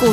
股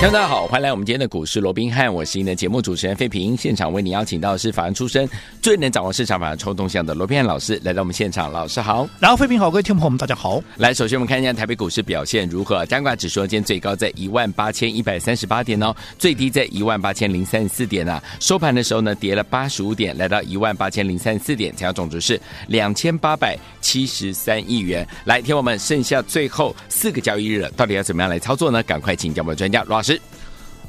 听众大家好，欢迎来我们今天的股市罗宾汉，我是您的节目主持人费平。现场为您邀请到的是法案出身、最能掌握市场法案抽动向的罗宾汉老师来到我们现场，老师好。然后，飞平好，各位听众朋友们，大家好。来，首先我们看一下台北股市表现如何。加挂指数今天最高在18,138点哦，最低在18,034点啊。收盘的时候呢，跌了85点，来到18,034点，成交总值是2,873亿元。来，听我们剩下最后四个交易日了，到底要怎么样来操作呢？赶快请教我们的专家罗老师。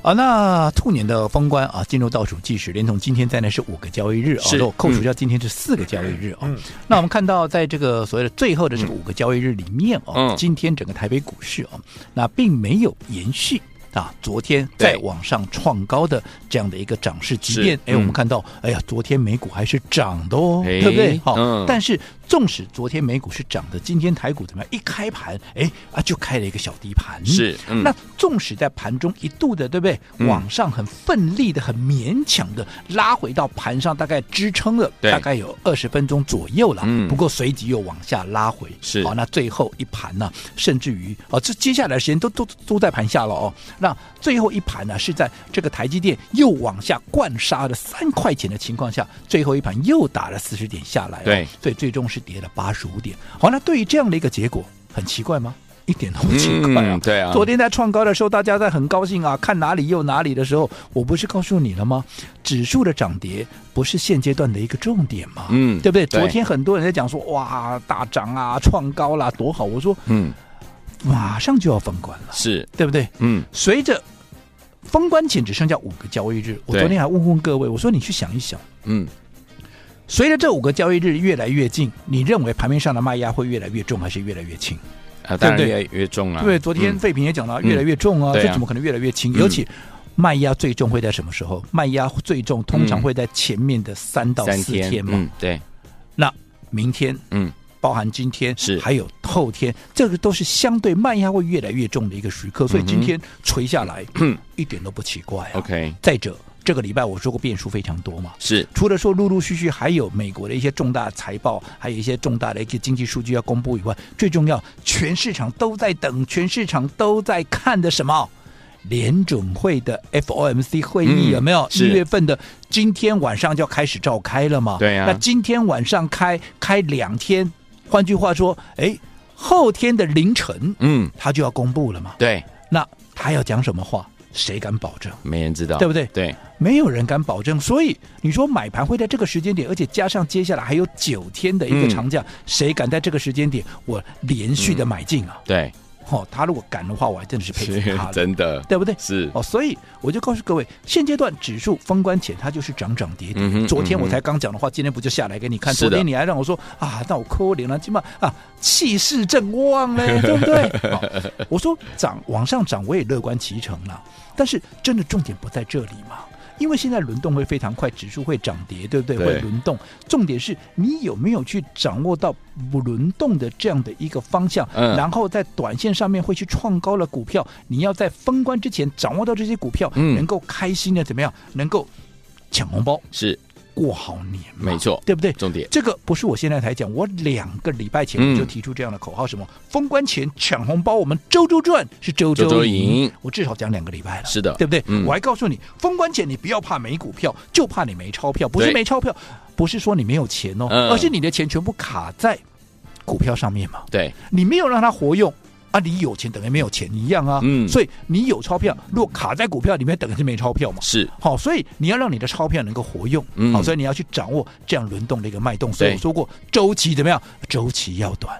啊，那兔年的封关啊，进入倒数计时，连同今天在内是五个交易日啊，是嗯如果扣除掉今天是四个交易日啊。那我们看到，在这个所谓的最后的这个五个交易日里面啊，嗯今天整个台北股市啊，那并没有延续。啊，昨天对再往上创高的这样的一个涨势，即是便哎，嗯我们看到，哎呀，昨天美股还是涨的哦，哎对不对？好、嗯但是纵使昨天美股是涨的，今天台股怎么样？一开盘，哎啊，就开了一个小低盘，是嗯那纵使在盘中一度的，对不对？嗯往上很奋力的、很勉强的拉回到盘上，大概支撑了对大概有二十分钟左右了。嗯不过随即又往下拉回，是好、那最后一盘呢、甚至于哦，这接下来的时间都都都在盘下了哦。那最后一盘呢、是在这个台积电又往下灌杀了三块钱的情况下，最后一盘又打了四十点下来、哦，对，所以最终是跌了八十五点。好、那对于这样的一个结果，很奇怪吗？一点都不奇怪啊！嗯对啊昨天在创高的时候，大家在很高兴啊，看哪里又哪里的时候，我不是告诉你了吗？指数的涨跌不是现阶段的一个重点吗？嗯对不对？对昨天很多人在讲说，哇，大涨啊，创高啦，多好！我说嗯，马上就要封关了，是，对不对？嗯，随着封关前只剩下五个交易日，我对昨天还问问各位，我说你去想一想，嗯，随着这五个交易日越来越近，你认为盘面上的卖压会越来越重还是越来越轻？啊，当然对不越对来越重了、对，昨天嗯废品也讲了，嗯越来越重啊，对啊这怎么可能越来越轻？嗯尤其卖压最重会在什么时候？卖压最重通常嗯会在前面的三到三四天嘛。嗯，对，那明天，嗯，包含今天是还有后天，这个都是相对卖压会越来越重的一个时刻，所以今天垂下来，嗯，一点都不奇怪啊。嗯 OK 再者，这个礼拜我说过变数非常多嘛，是，除了说陆陆续续还有美国的一些重大财报，还有一些重大的一些经济数据要公布以外，最重要，全市场都在等，全市场都在看的什么？联准会的 FOMC 会嗯议啊有没有？一是月份的今天晚上就要开始召开了嘛？对啊那今天晚上开开两天，换句话说，哎，后天的凌晨嗯，他就要公布了嘛？对，那他要讲什么话？谁敢保证？没人知道，对不对对，没有人敢保证，所以你说买盘会在这个时间点，而且加上接下来还有九天的一个嗯长假，谁敢在这个时间点我连续的买进啊？对，哦，他如果敢的话，我还真的是佩嗯服是他 了，真的，对不对？是哦，所以我就告诉各位，现阶段指数封关前它就是涨涨跌跌。嗯哼昨天我嗯哼才刚讲的话，今天不就下来给你看？是的昨天你还让我说啊，那我扣脸了，起码啊气势正 旺嘞，对不对？哦我说涨往上涨，我也乐观其成了。但是真的重点不在这里嘛？因为现在轮动会非常快，指数会涨跌，对不对？对会轮动。重点是你有没有去掌握到轮动的这样的一个方向，嗯然后在短线上面会去创高了股票，你要在封关之前掌握到这些股票，嗯能够开心的怎么样，能够抢红包是，过好年嘛，没错对不对？重点这个不是我现在才讲，我两个礼拜前嗯我就提出这样的口号，什么、封关前抢红包，我们周周赚是周周赢。周周赢我至少讲两个礼拜了，是的对不对？嗯我还告诉你，封关前你不要怕没股票，就怕你没钞票，不是对没钞票，不是说你没有钱哦，嗯而是你的钱全部卡在股票上面嘛。对，你没有让它活用啊，你有钱等于没有钱一样啊。嗯所以你有钞票，如果卡在股票里面，等于是没钞票嘛。是，好，所以你要让你的钞票能够活用，嗯好，所以你要去掌握这样轮动的一个脉动。所以对我说过，周期怎么样？周期要短，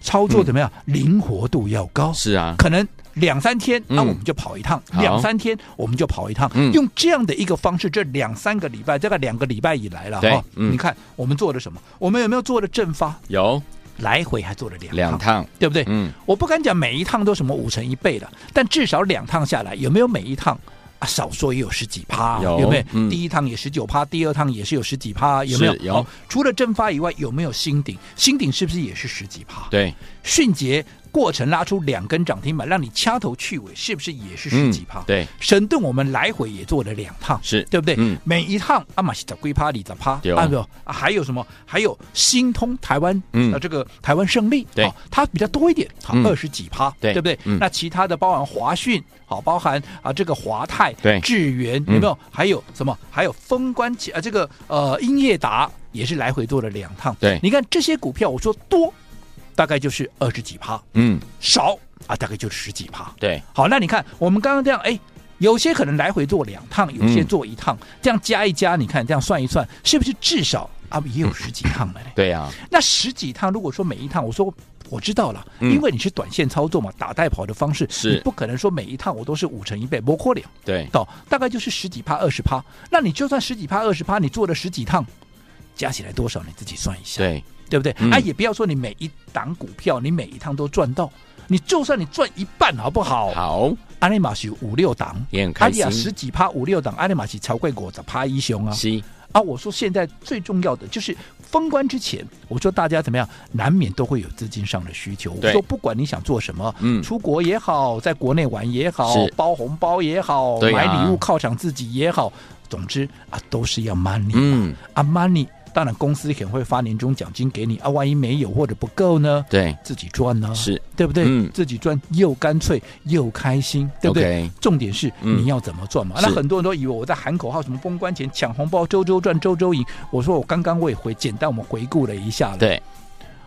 操作怎么样？嗯灵活度要高，是啊，可能两三天，那、嗯我们就跑一趟；好两三天，我们就跑一趟。嗯用这样的一个方式，这两三个礼拜，大概两个礼拜以来了，对哈嗯你看我们做了什么？我们有没有做了正发？有来回还做了两两趟趟，对不对？嗯，我不敢讲每一趟都什么五成一倍的，但至少两趟下来，有没有每一趟啊，少说也有十几趴，有有没有？嗯第一趟也十九趴，第二趟也是有十几趴，有没有是？有好除了蒸发以外，有没有新顶？新顶是不是也是十几趴？，对，迅捷过程拉出两根涨停板，让你掐头去尾，是不是也是十几趴？嗯对，神盾我们来回也做了两趟，是对不对？嗯每一趟啊阿玛西的龟趴里的趴，对哦啊不，啊还有什么？还有新通台湾，嗯呃这个台湾胜利，对好它比较多一点，好嗯二十几趴，对对不对？嗯那其他的包含华讯，好，包含啊这个华泰，对智源嗯有没有？还有什么？还有封关起啊这个呃英业达也是来回做了两趟，对你看这些股票，我说多。大概就是二十几趴，嗯，少啊，大概就十几趴。对，好，那你看我们刚刚这样，哎，有些可能来回做两趟，有些嗯做一趟，这样加一加，你看这样算一算，是不是至少啊也有十几趟了嘞？对啊，那十几趟，如果说每一趟，我说我知道了，嗯因为你是短线操作嘛，打带跑的方式，是你不可能说每一趟我都是五成一倍，摸过脸对，到大概就是十几趴、二十趴。那你就算十几趴、二十趴，你做了十几趟，加起来多少？你自己算一下。对，对不对？嗯啊，也不要说你每一档股票，你每一趟都赚到，你就算你赚一半，好不好？好，阿里马是五六档，也很阿开里亚心，哦哎十几趴五六档，阿里马是超过我的趴一雄啊！是，啊，我说现在最重要的就是封关之前，我说大家怎么样，难免都会有资金上的需求。我对说不管你想做什么，嗯出国也好，在国内玩也好是，包红包也好，对买啊礼物犒赏自己也好，总之啊，都是要 money 嘛。嗯，啊，money，当然公司可能会发年终奖金给你啊，万一没有或者不够呢，对，自己赚呢、是，对不对？嗯自己赚又干脆又开心，对不对 OK 重点是嗯你要怎么赚嘛、是那很多人都以为我在喊口号，什么封关前抢红包，周周赚，周周赢。我说我刚刚我也回简单我们回顾了一下了，对，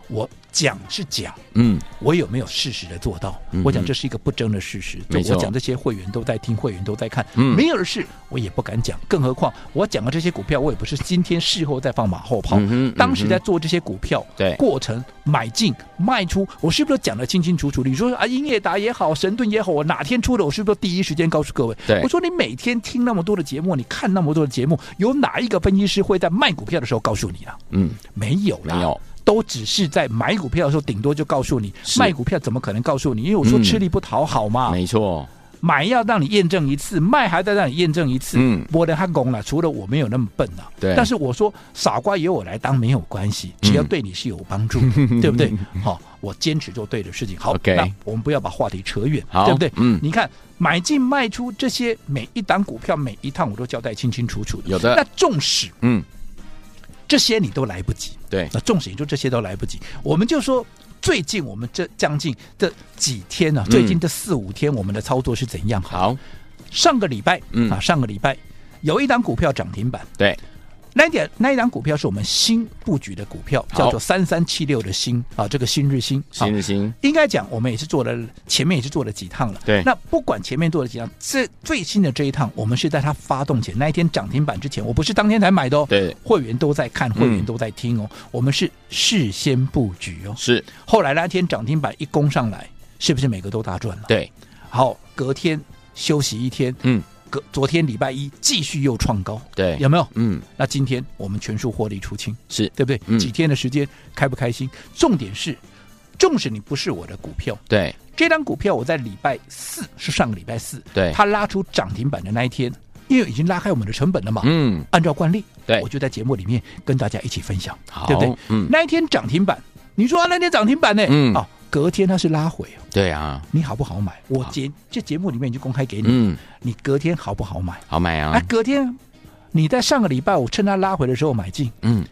我讲是讲。嗯，我有没有事实的做到？嗯哼我讲这是一个不争的事实。就没错我讲这些会员都在听，会员都在看，嗯没有的事我也不敢讲。更何况我讲的这些股票，我也不是今天事后再放马后炮。嗯哼嗯哼当时在做这些股票，对过程买进卖出，我是不是都讲得清清楚楚？你说啊，英业达也好，神盾也好，我哪天出的，我是不是都第一时间告诉各位？对我说你每天听那么多的节目，你看那么多的节目，有哪一个分析师会在卖股票的时候告诉你啊？嗯，没有啦，没有，都只是在买股票的时候，顶多就告诉你是卖股票怎么可能告诉你？因为我说嗯吃力不讨好嘛，没错，买要让你验证一次，卖还再让你验证一次。嗯我的他拱了，除了我没有那么笨啊，对嗯但是我说傻瓜由我来当没有关系，只要对你是有帮助的， 对不对？好、我坚持做对的事情。好 OK 那我们不要把话题扯远，好对不对？嗯你看买进卖出这些每一档股票每一趟我都交代清清楚楚的。有的那纵使嗯，这些你都来不及，对，那纵使你说这些都来不及，我们就说最近我们这将近这几天呢、嗯最近这四五天我们的操作是怎样？，好，上个礼拜，嗯啊，上个礼拜有一档股票涨停板，对，那一点那一档股票是我们新布局的股票，好叫做三三七六的新啊，这个新日新，啊新日新，应该讲，我们也是做了，前面也是做了几趟了。对那不管前面做了几趟，这最新的这一趟，我们是在它发动前那一天涨停板之前，我不是当天才买的哦。对嗯会员都在看，会员都在听哦，我们是事先布局哦。是，后来那天涨停板一攻上来，是不是每个都大赚了？。对，好，隔天休息一天，嗯，隔昨天礼拜一继续又创高，对，有没有？嗯，那今天我们全数获利出清。是，对不对？嗯几天的时间开不开心？重点是，纵使你不是我的股票，对，这张股票我在礼拜四是上个礼拜四，对它拉出涨停板的那一天，因为已经拉开我们的成本了嘛，嗯，按照惯例，对我就在节目里面跟大家一起分享好，对不对？嗯那一天涨停板，你说、啊、那天涨停板呢？嗯哦，隔天它是拉回哦，对啊，你好不好买？我好节这节目里面已经公开给你，嗯，你隔天好不好买？好买啊啊，，隔天你在上个礼拜五趁它拉回的时候买进，嗯，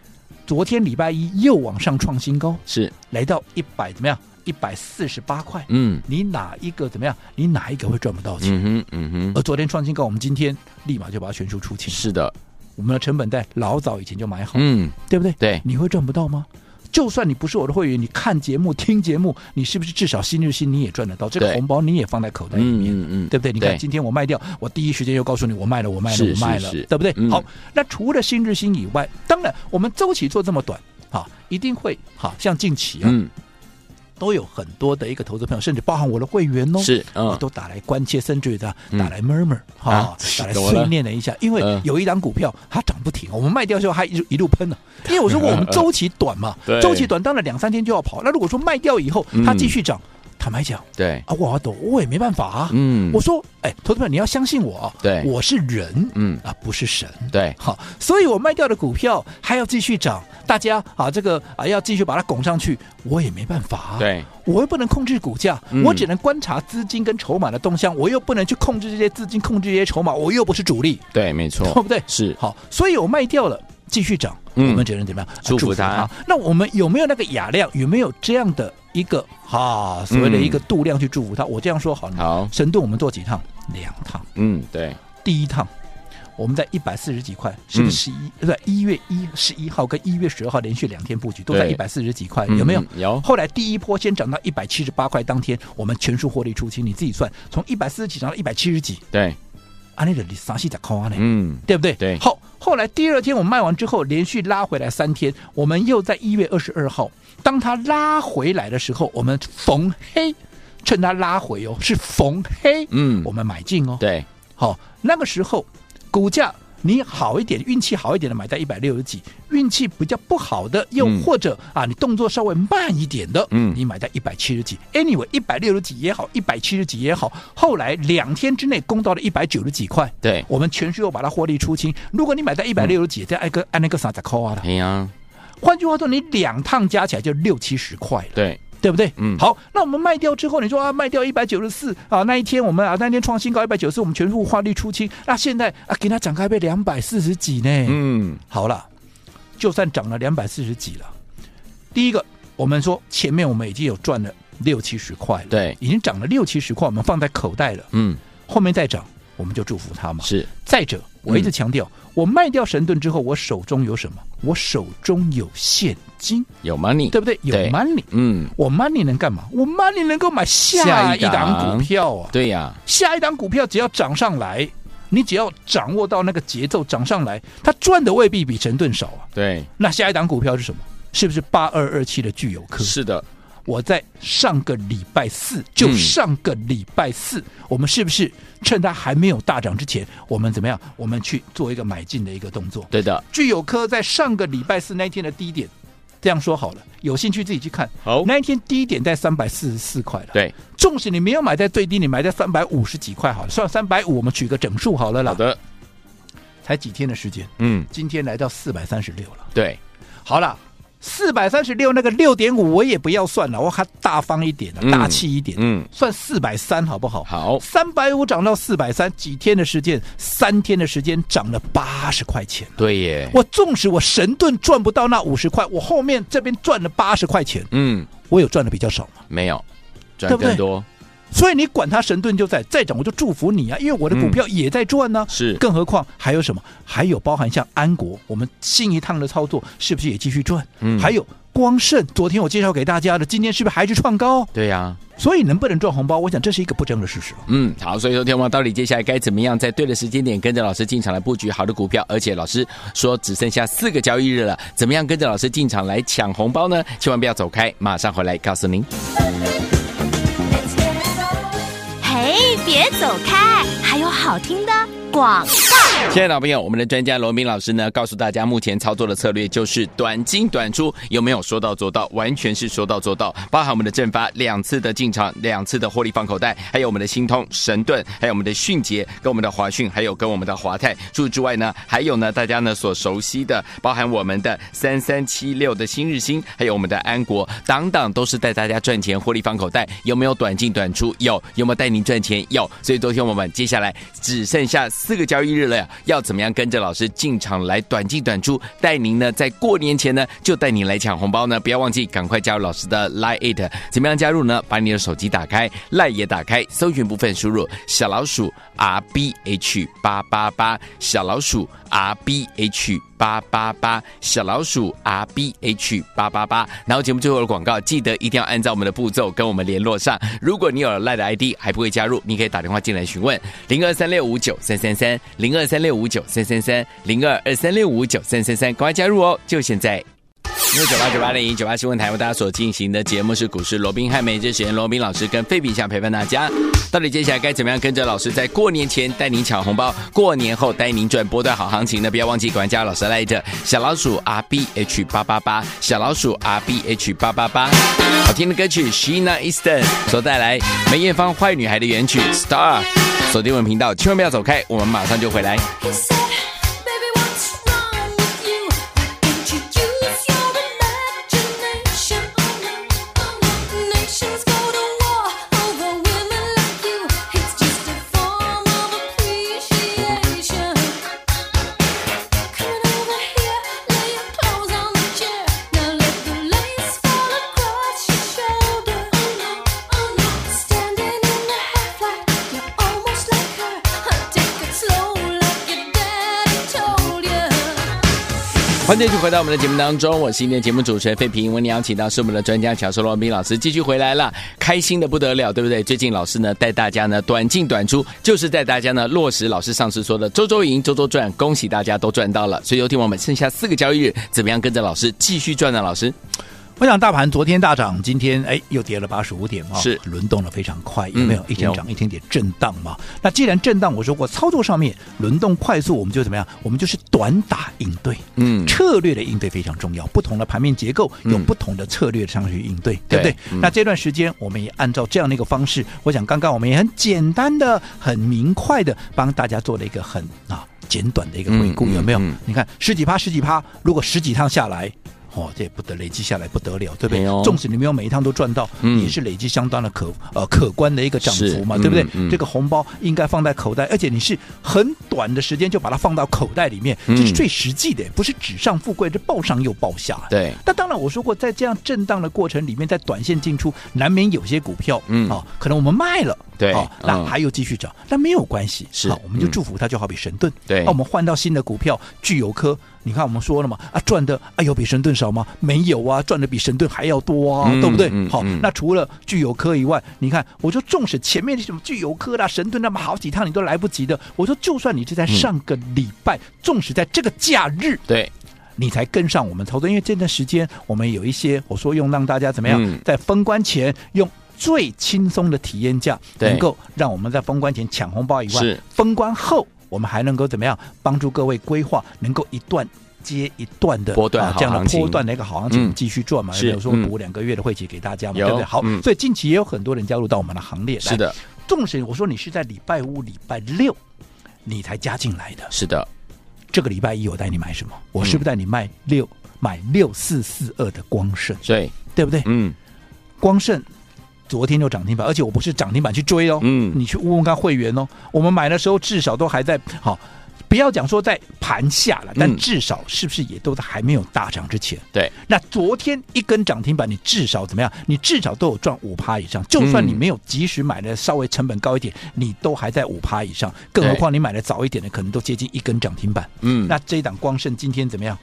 昨天礼拜一又往上创新高，是，来到一百怎么样？一百四十八块，嗯，你哪一个怎么样？你哪一个会赚不到钱？嗯哼，嗯哼，而昨天创新高，我们今天立马就把它全数出清，是的，我们的成本在老早以前就买好，嗯，对不对？对，你会赚不到吗？就算你不是我的会员，你看节目、听节目，你是不是至少新日新你也赚得到？这个对红包你也放在口袋里嗯面，嗯嗯，对不对？你看对今天我卖掉，我第一时间又告诉你我卖了，我卖了，是我卖了，是是对不对？嗯好，那除了新日新以外，当然我们周期做这么短，哈，一定会哈，像近期啊，嗯，都有很多的一个投资朋友，甚至包含我的会员哦，是，嗯，都打来关切，甚至于的嗯打来 murmur 哈、啊打来怎么了碎念了一下，因为嗯有一档股票它涨不停，我们卖掉之后还一路一路喷呢、因为我说过我们周期短嘛 对，周期短，当然两三天就要跑。那如果说卖掉以后嗯它继续涨，坦白讲对，啊，我懂，我也没办法啊。嗯我，说，哎，投资者你要相信我，对我是人，嗯啊，不是神。对，好，所以我卖掉的股票还要继续涨，大家啊，这个啊要继续把它拱上去，我也没办法、啊。，对，我又不能控制股价，嗯我只能观察资金跟筹码的动向，我又不能去控制这些资金、控制这些筹码，我又不是主力，对，没对错，不对？是，好，所以我卖掉了，继续涨，嗯我们只能怎么样？啊祝福它。那我们有没有那个雅量？有没有这样的一个啊所谓的一个度量去祝福它？我这样说好了吗，嗯好，神盾我们做几趟？两趟。嗯，对，第一趟，我们在一百四十几块，是不是十一、嗯不对，一月一十一号跟一月十二号连续两天布局，都在对一百四十几块，哎有没有？嗯嗯有，后来第一波先涨到一百七十八块，当天我们全数获利出清，你自己算，从一百四十几涨到一百七十几，对，啊，那个你三四十块呢，嗯，对不对？对后后来第二天我们卖完之后，连续拉回来三天，我们又在一月二十二号，当它拉回来的时候，我们逢黑，趁它拉回哦，是逢黑，嗯我，们买进哦。对，好、那个时候股价你好一点，运气好一点的买在一百六十几，运气比较不好的，又嗯或者、啊，你动作稍微慢一点的，嗯你买在一百七十几。Anyway，一百六十几也好，一百七十几也好，后来两天之内攻到了一百九十几块，对，嗯我们全数又把它获利出清。如果你买在一百六十几，再按个按那个啥子扣啊了，平阳，换句话说，你两趟加起来就六七十块了。对，对不对？嗯好，那我们卖掉之后，你说啊，卖掉一百九十四啊，那一天我们啊，那一天创新高一百九十四，我们全部花率出清。那现在啊，给它涨开被两百四十几呢。嗯，好了，就算涨了两百四十几了，第一个，我们说前面我们已经有赚了六七十块了，，对，已经涨了六七十块，我们放在口袋了，嗯，后面再涨，我们就祝福它嘛。是，嗯再者，我一直强调，我卖掉神盾之后，我手中有什么？我手中有现金，有 money，对不对？有对 money。嗯，我 money 能干嘛？我 money 能够买下一档股票啊！对呀，下一档股票只要涨上来，你只要掌握到那个节奏涨上来，它赚的未必比神盾少啊。对，那下一档股票是什么？是不是八二二七的具有科？是的，我在上个礼拜四，就嗯上个礼拜四，我们是不是趁它还没有大涨之前，我们怎么样？我们去做一个买进的一个动作。对的，具有科在上个礼拜四那一天的低点，这样说好了，有兴趣自己去看。好那一天低点在三百四十四块了。，对，纵使你没有买在最低，你买在三百五十几块好了，算三百五，我们取个整数好了啦。好，的，才几天的时间，嗯，今天来到四百三十六了。对，好了。四百三十六那个六点五我也不要算了，我还大方一点的、啊嗯大气一点，嗯，算四百三好不好？好，三百五涨到四百三，几天的时间，三天的时间涨了八十块钱。对耶，我纵使我神盾赚不到那五十块，我后面这边赚了八十块钱，嗯，我有赚的比较少嘛。没有，赚对不对更多，所以你管它神盾就在再涨，我就祝福你啊，因为我的股票也在赚呢、嗯是更何况还有什么？还有包含像安国，我们新一趟的操作是不是也继续赚？嗯还有光盛，昨天我介绍给大家的，今天是不是还去创高？对呀，所以能不能赚红包，我想这是一个不争的事实了。嗯，好，所以说天王到底接下来该怎么样，在对的时间点跟着老师进场来布局好的股票，而且老师说只剩下四个交易日了，怎么样跟着老师进场来抢红包呢？千万不要走开，马上回来告诉您。嘿，别走开，还有好听的广。亲爱的朋友，我们的专家罗明老师呢，告诉大家目前操作的策略就是短进短出，有没有说到做到？完全是说到做到。包含我们的正发两次的进场，两次的获利放口袋，还有我们的新通、神盾，还有我们的迅捷，跟我们的华讯，还有跟我们的华泰。除此之外呢，还有呢大家呢所熟悉的，包含我们的三三七六的新日新，还有我们的安国，档档都是带大家赚钱、获利放口袋。有没有短进短出？有。有没有带您赚钱？有。所以，昨天我们接下来只剩下四个交易日了呀，要怎么样跟着老师进场来短进短出，带您呢在过年前呢就带您来抢红包呢？不要忘记赶快加入老师的 Line It，怎么样加入呢？把你的手机打开，Line 也打开，搜寻部分输入小老鼠 R B H 八八八，小老鼠 R B H 八八八，小老鼠 R B H 八八八。然后节目最后的广告，记得一定要按照我们的步骤跟我们联络上。如果你有赖的 ID 还不会加入，你可以打电话进来询问零二三六五九三三三零二三六五九三三三零二二三六五九三三三，赶快加入哦，就现在。六九八九八零一九八新闻台为大家所进行的节目是股市罗宾汉，每日时间罗宾老师跟费比下陪伴大家。到底接下来该怎么样跟着老师在过年前带您抢红包，过年后带您赚波段好行情呢？不要忘记管家老师来着，小老鼠 R B H 八八八，小老鼠 R B H 八八八。好听的歌曲 Sheena Easton 所带来梅艳芳《坏女孩》的原曲 Star。锁定我们频道，千万不要走开，我们马上就回来。 He said, "Baby, what's wrong with you? Can't you use your imagination? Oh, Nations go to war over women like you. It's just a form of appreciation. Coming over here, lay your clothes on the chair. Now let the lace fall across your shoulder. Oh, Standing in the half-light, you're almost like her. Take it slow, like your daddy told you. 欢迎继续回到我们的节目当中，我是今天的节目主持人费平。我们邀请到是我们的专家乔硕罗斌老师，继续回来了，开心的不得了，对不对？最近老师呢带大家呢短进短出，就是带大家呢落实老师上次说的周周赢、周周赚，恭喜大家都赚到了。所以有听我们剩下四个交易日，怎么样跟着老师继续赚呢？老师，我想大盘昨天大涨，今天哎又跌了八十五点嘛、是轮动的非常快，有没有嗯？一天涨一天跌，震荡嘛。那既然震荡，我说过操作上面轮动快速，我们就怎么样？我们就是短打应对，嗯策略的应对非常重要。不同的盘面结构有嗯不同的策略上去应对，对不对对？嗯那这段时间我们也按照这样的一个方式，我想刚刚我们也很简单的、很明快的帮大家做了一个很啊简短的一个回顾，嗯嗯有没有？嗯你看十几趴、十几趴，如果十几趟下来。哦，这也不得累积下来不得了，对不哎对？呦纵使你没有每一趟都赚到，嗯你也是累积相当的可呃可观的一个涨幅嘛，是对不对？嗯嗯这个红包应该放在口袋，而且你是很短的时间就把它放到口袋里面，嗯这是最实际的，不是纸上富贵，这报上又报下。对但当然，我说过，在这样震荡的过程里面，在短线进出，难免有些股票，嗯哦，可能我们卖了，对哦，嗯那还有继续涨，那没有关系，是好，我们就嗯祝福它，就好比神盾，对那我们换到新的股票，具有科，你看我们说了嘛，啊，赚的，哎有比神盾少吗？没有啊，赚的比神盾还要多啊，嗯对不对嗯？好嗯，那除了具有科以外，你看，我说纵使前面什么具有科啦、神盾那么好几趟你都来不及的，我说就算你嗯是在上个礼拜，纵使在这个假日，对，你才跟上我们操作。因为这段时间我们有一些，我说用让大家怎么样，嗯在封关前用。最轻松的体验价，对能够让我们在封关前抢红包以是外，封关后我们还能够怎么样帮助各位规划，能够一段接一段的波段啊好这样的行情波段的一个好行情嗯继续赚嘛？是有时候嗯补两个月的会期给大家嘛，有对不对？好嗯，所以近期也有很多人加入到我们的行列。是，的，纵使我说你是在礼拜五、礼拜六你才加进来的，是的，这个礼拜一我带你买嗯什么？我是不是带你卖六、买六四四二的光盛，对，对不对？嗯，光盛昨天就涨停板，而且我不是涨停板去追哦，嗯你去问问看会员哦，我们买的时候至少都还在好。不要讲说在盘下了，但嗯至少是不是也都在还没有大涨之前？对，那昨天一根涨停板，你至少怎么样？你至少都有赚五趴以上。就算你嗯没有及时买的稍微成本高一点，你都还在五趴以上。更何对况你买的早一点的，可能都接近一根涨停板。嗯，那这一档光盛今天怎么样？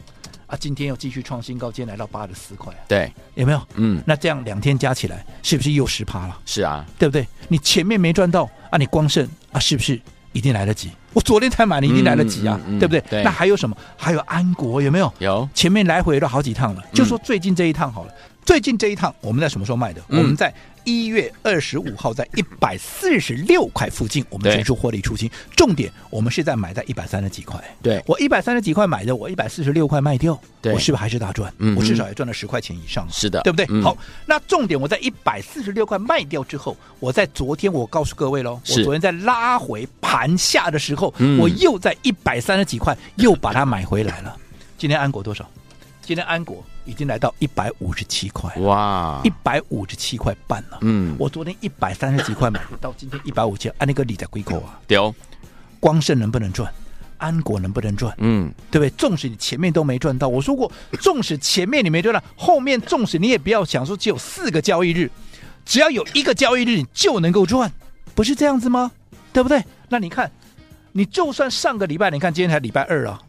啊，今天又继续创新高，今天来到八十四块啊，对，有没有？嗯，那这样两天加起来，是不是又十趴了？是啊，对不对？你前面没赚到啊，你光盛啊，是不是一定来得及？我昨天才买，你一定来得及啊，嗯嗯嗯嗯对不对？对那还有什么？还有安国有没有？有，前面来回都好几趟了，就说最近这一趟好了。最近这一趟我们在什么时候卖的？嗯我们在一月二十五号，在一百四十六块附近，我们对结束获利出清。重点，我们是在买在一百三十几块。对，我一百三十几块买的，我一百四十六块卖掉，对我是不是还是大赚？嗯我至少也赚了十块钱以上嘛，是的对不对？嗯好，那重点我在一百四十六块卖掉之后，我在昨天我告诉各位喽，是我昨天在拉回盘下的时候，嗯我又在一百三十几块又把它买回来了。今天安国多少？今天安国已经来到一百五十七块，哇一，百五十七块半了。嗯，我昨天一百三十几块买的，到今天一百五七，按那个理在归口啊，丢，光盛能不能赚？安国能不能赚？嗯，对不对？纵使你前面都没赚到，我说过，纵使前面你没赚到，后面纵使你也不要想说只有四个交易日，只要有一个交易日你就能够赚，不是这样子吗？对不对？那你看，你就算上个礼拜，你看今天才礼拜二啊，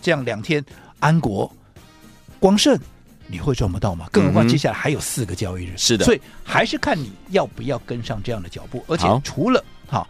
这样两天，安国、光盛。你会赚不到吗？更何嗯况哼接下来还有四个交易日，是的所以还是看你要不要跟上这样的脚步。而且好除了好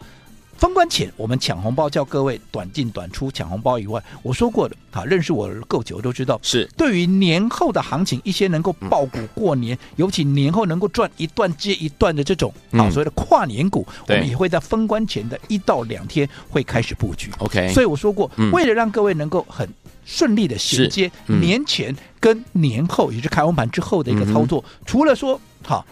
封关前我们抢红包，叫各位短进短出抢红包以外，我说过的，好，认识我够久都知道，是对于年后的行情，一些能够爆股过年，嗯尤其年后能够赚一段接一段的这种好、嗯所谓的跨年股，我对们也会在封关前的一到两天会开始布局。 OK，所以我说过，嗯为了让各位能够很顺利的衔接是嗯年前跟年后，也是开红盘之后的一个操作，除了说好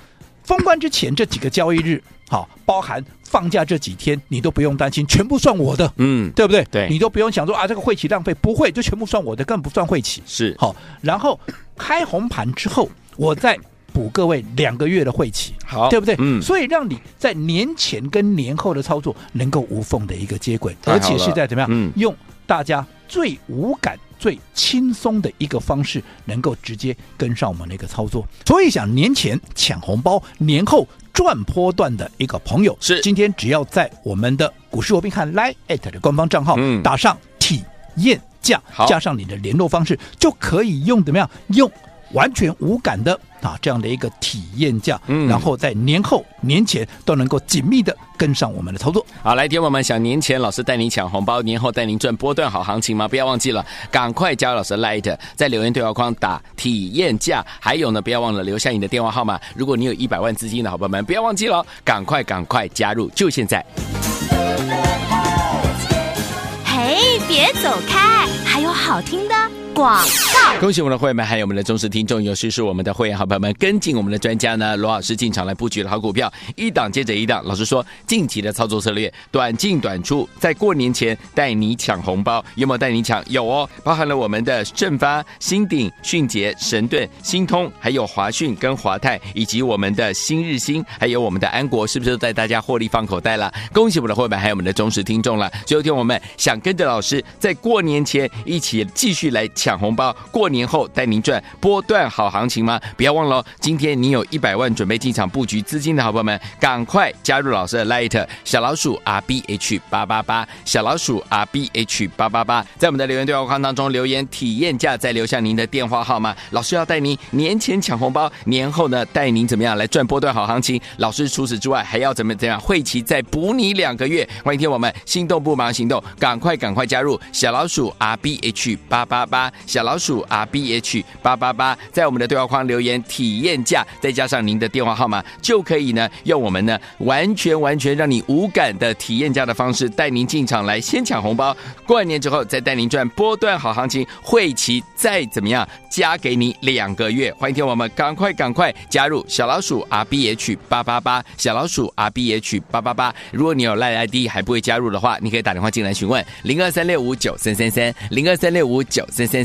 封关之前这几个交易日，好包含放假这几天，你都不用担心，全部算我的，嗯，对不对？对你都不用想说啊，这个会期浪费，不会，就全部算我的，更不算会期。是好，然后开红盘之后，我再补各位两个月的会期，好对不对？嗯所以让你在年前跟年后的操作能够无缝的一个接轨，太好而了且是在怎么样、嗯用大家最无感。最轻松的一个方式，能够直接跟上我们的一个操作。所以想年前抢红包，年后赚波段的一个朋友，是今天只要在我们的股市罗宾汉 Line at 的官方账号、嗯打上体验价好，加上你的联络方式，就可以用怎么样用完全无感的啊这样的一个体验价，嗯然后在年后年前都能够紧密的跟上我们的操作。好，来，听我们想年前老师带您抢红包，年后带您赚波段好行情吗？不要忘记了，赶快加入老师 Light，在留言对话框打体验价，还有呢，不要忘了留下你的电话号码。如果你有一百万资金的好朋友们，不要忘记了哦，赶快赶快加入，就现在。嘿，别走开，还有好听的广。恭喜我们的会员们，还有我们的忠实听众，尤其是我们的会员好朋友们，跟进我们的专家呢，罗老师进场来布局的好股票，一档接着一档。老师说，近期的操作策略，短进短出，在过年前带你抢红包，有没有带你抢？有哦，包含了我们的正发、新鼎、迅捷、神盾、新通，还有华讯跟华泰，以及我们的新日新，还有我们的安国，是不是都带大家获利放口袋了？恭喜我们的会员们，还有我们的忠实听众了。最后听我们想跟着老师在过年前一起继续来抢红包，过年后带您赚波段好行情吗？不要忘了哦，今天你有一百万准备进场布局资金的好朋友们，赶快加入老师的 Light 小老鼠 R B H 八八八，小老鼠 R B H 八八八，在我们的留言对话框当中留言体验价，再留下您的电话号码，老师要带您年前抢红包，年后呢带您怎么样来赚波段好行情？老师除此之外还要怎么怎么样汇齐再补你两个月？欢迎听我们心动不马上行动，赶快赶快加入小老鼠 R B H 八八八，小老鼠 R B H 八八八，在我们的对话框留言体验价，再加上您的电话号码，就可以呢用我们呢完全完全让你无感的体验价的方式带您进场来先抢红包，过完年之后再带您赚波段好行情，汇齐再怎么样加给你两个月。欢迎听我们赶快赶快加入小老鼠 R B H 八八八，小老鼠 R B H 八八八。如果你有赖 ID 还不会加入的话，你可以打电话进来询问零二三六五九三三三零二三六五九三三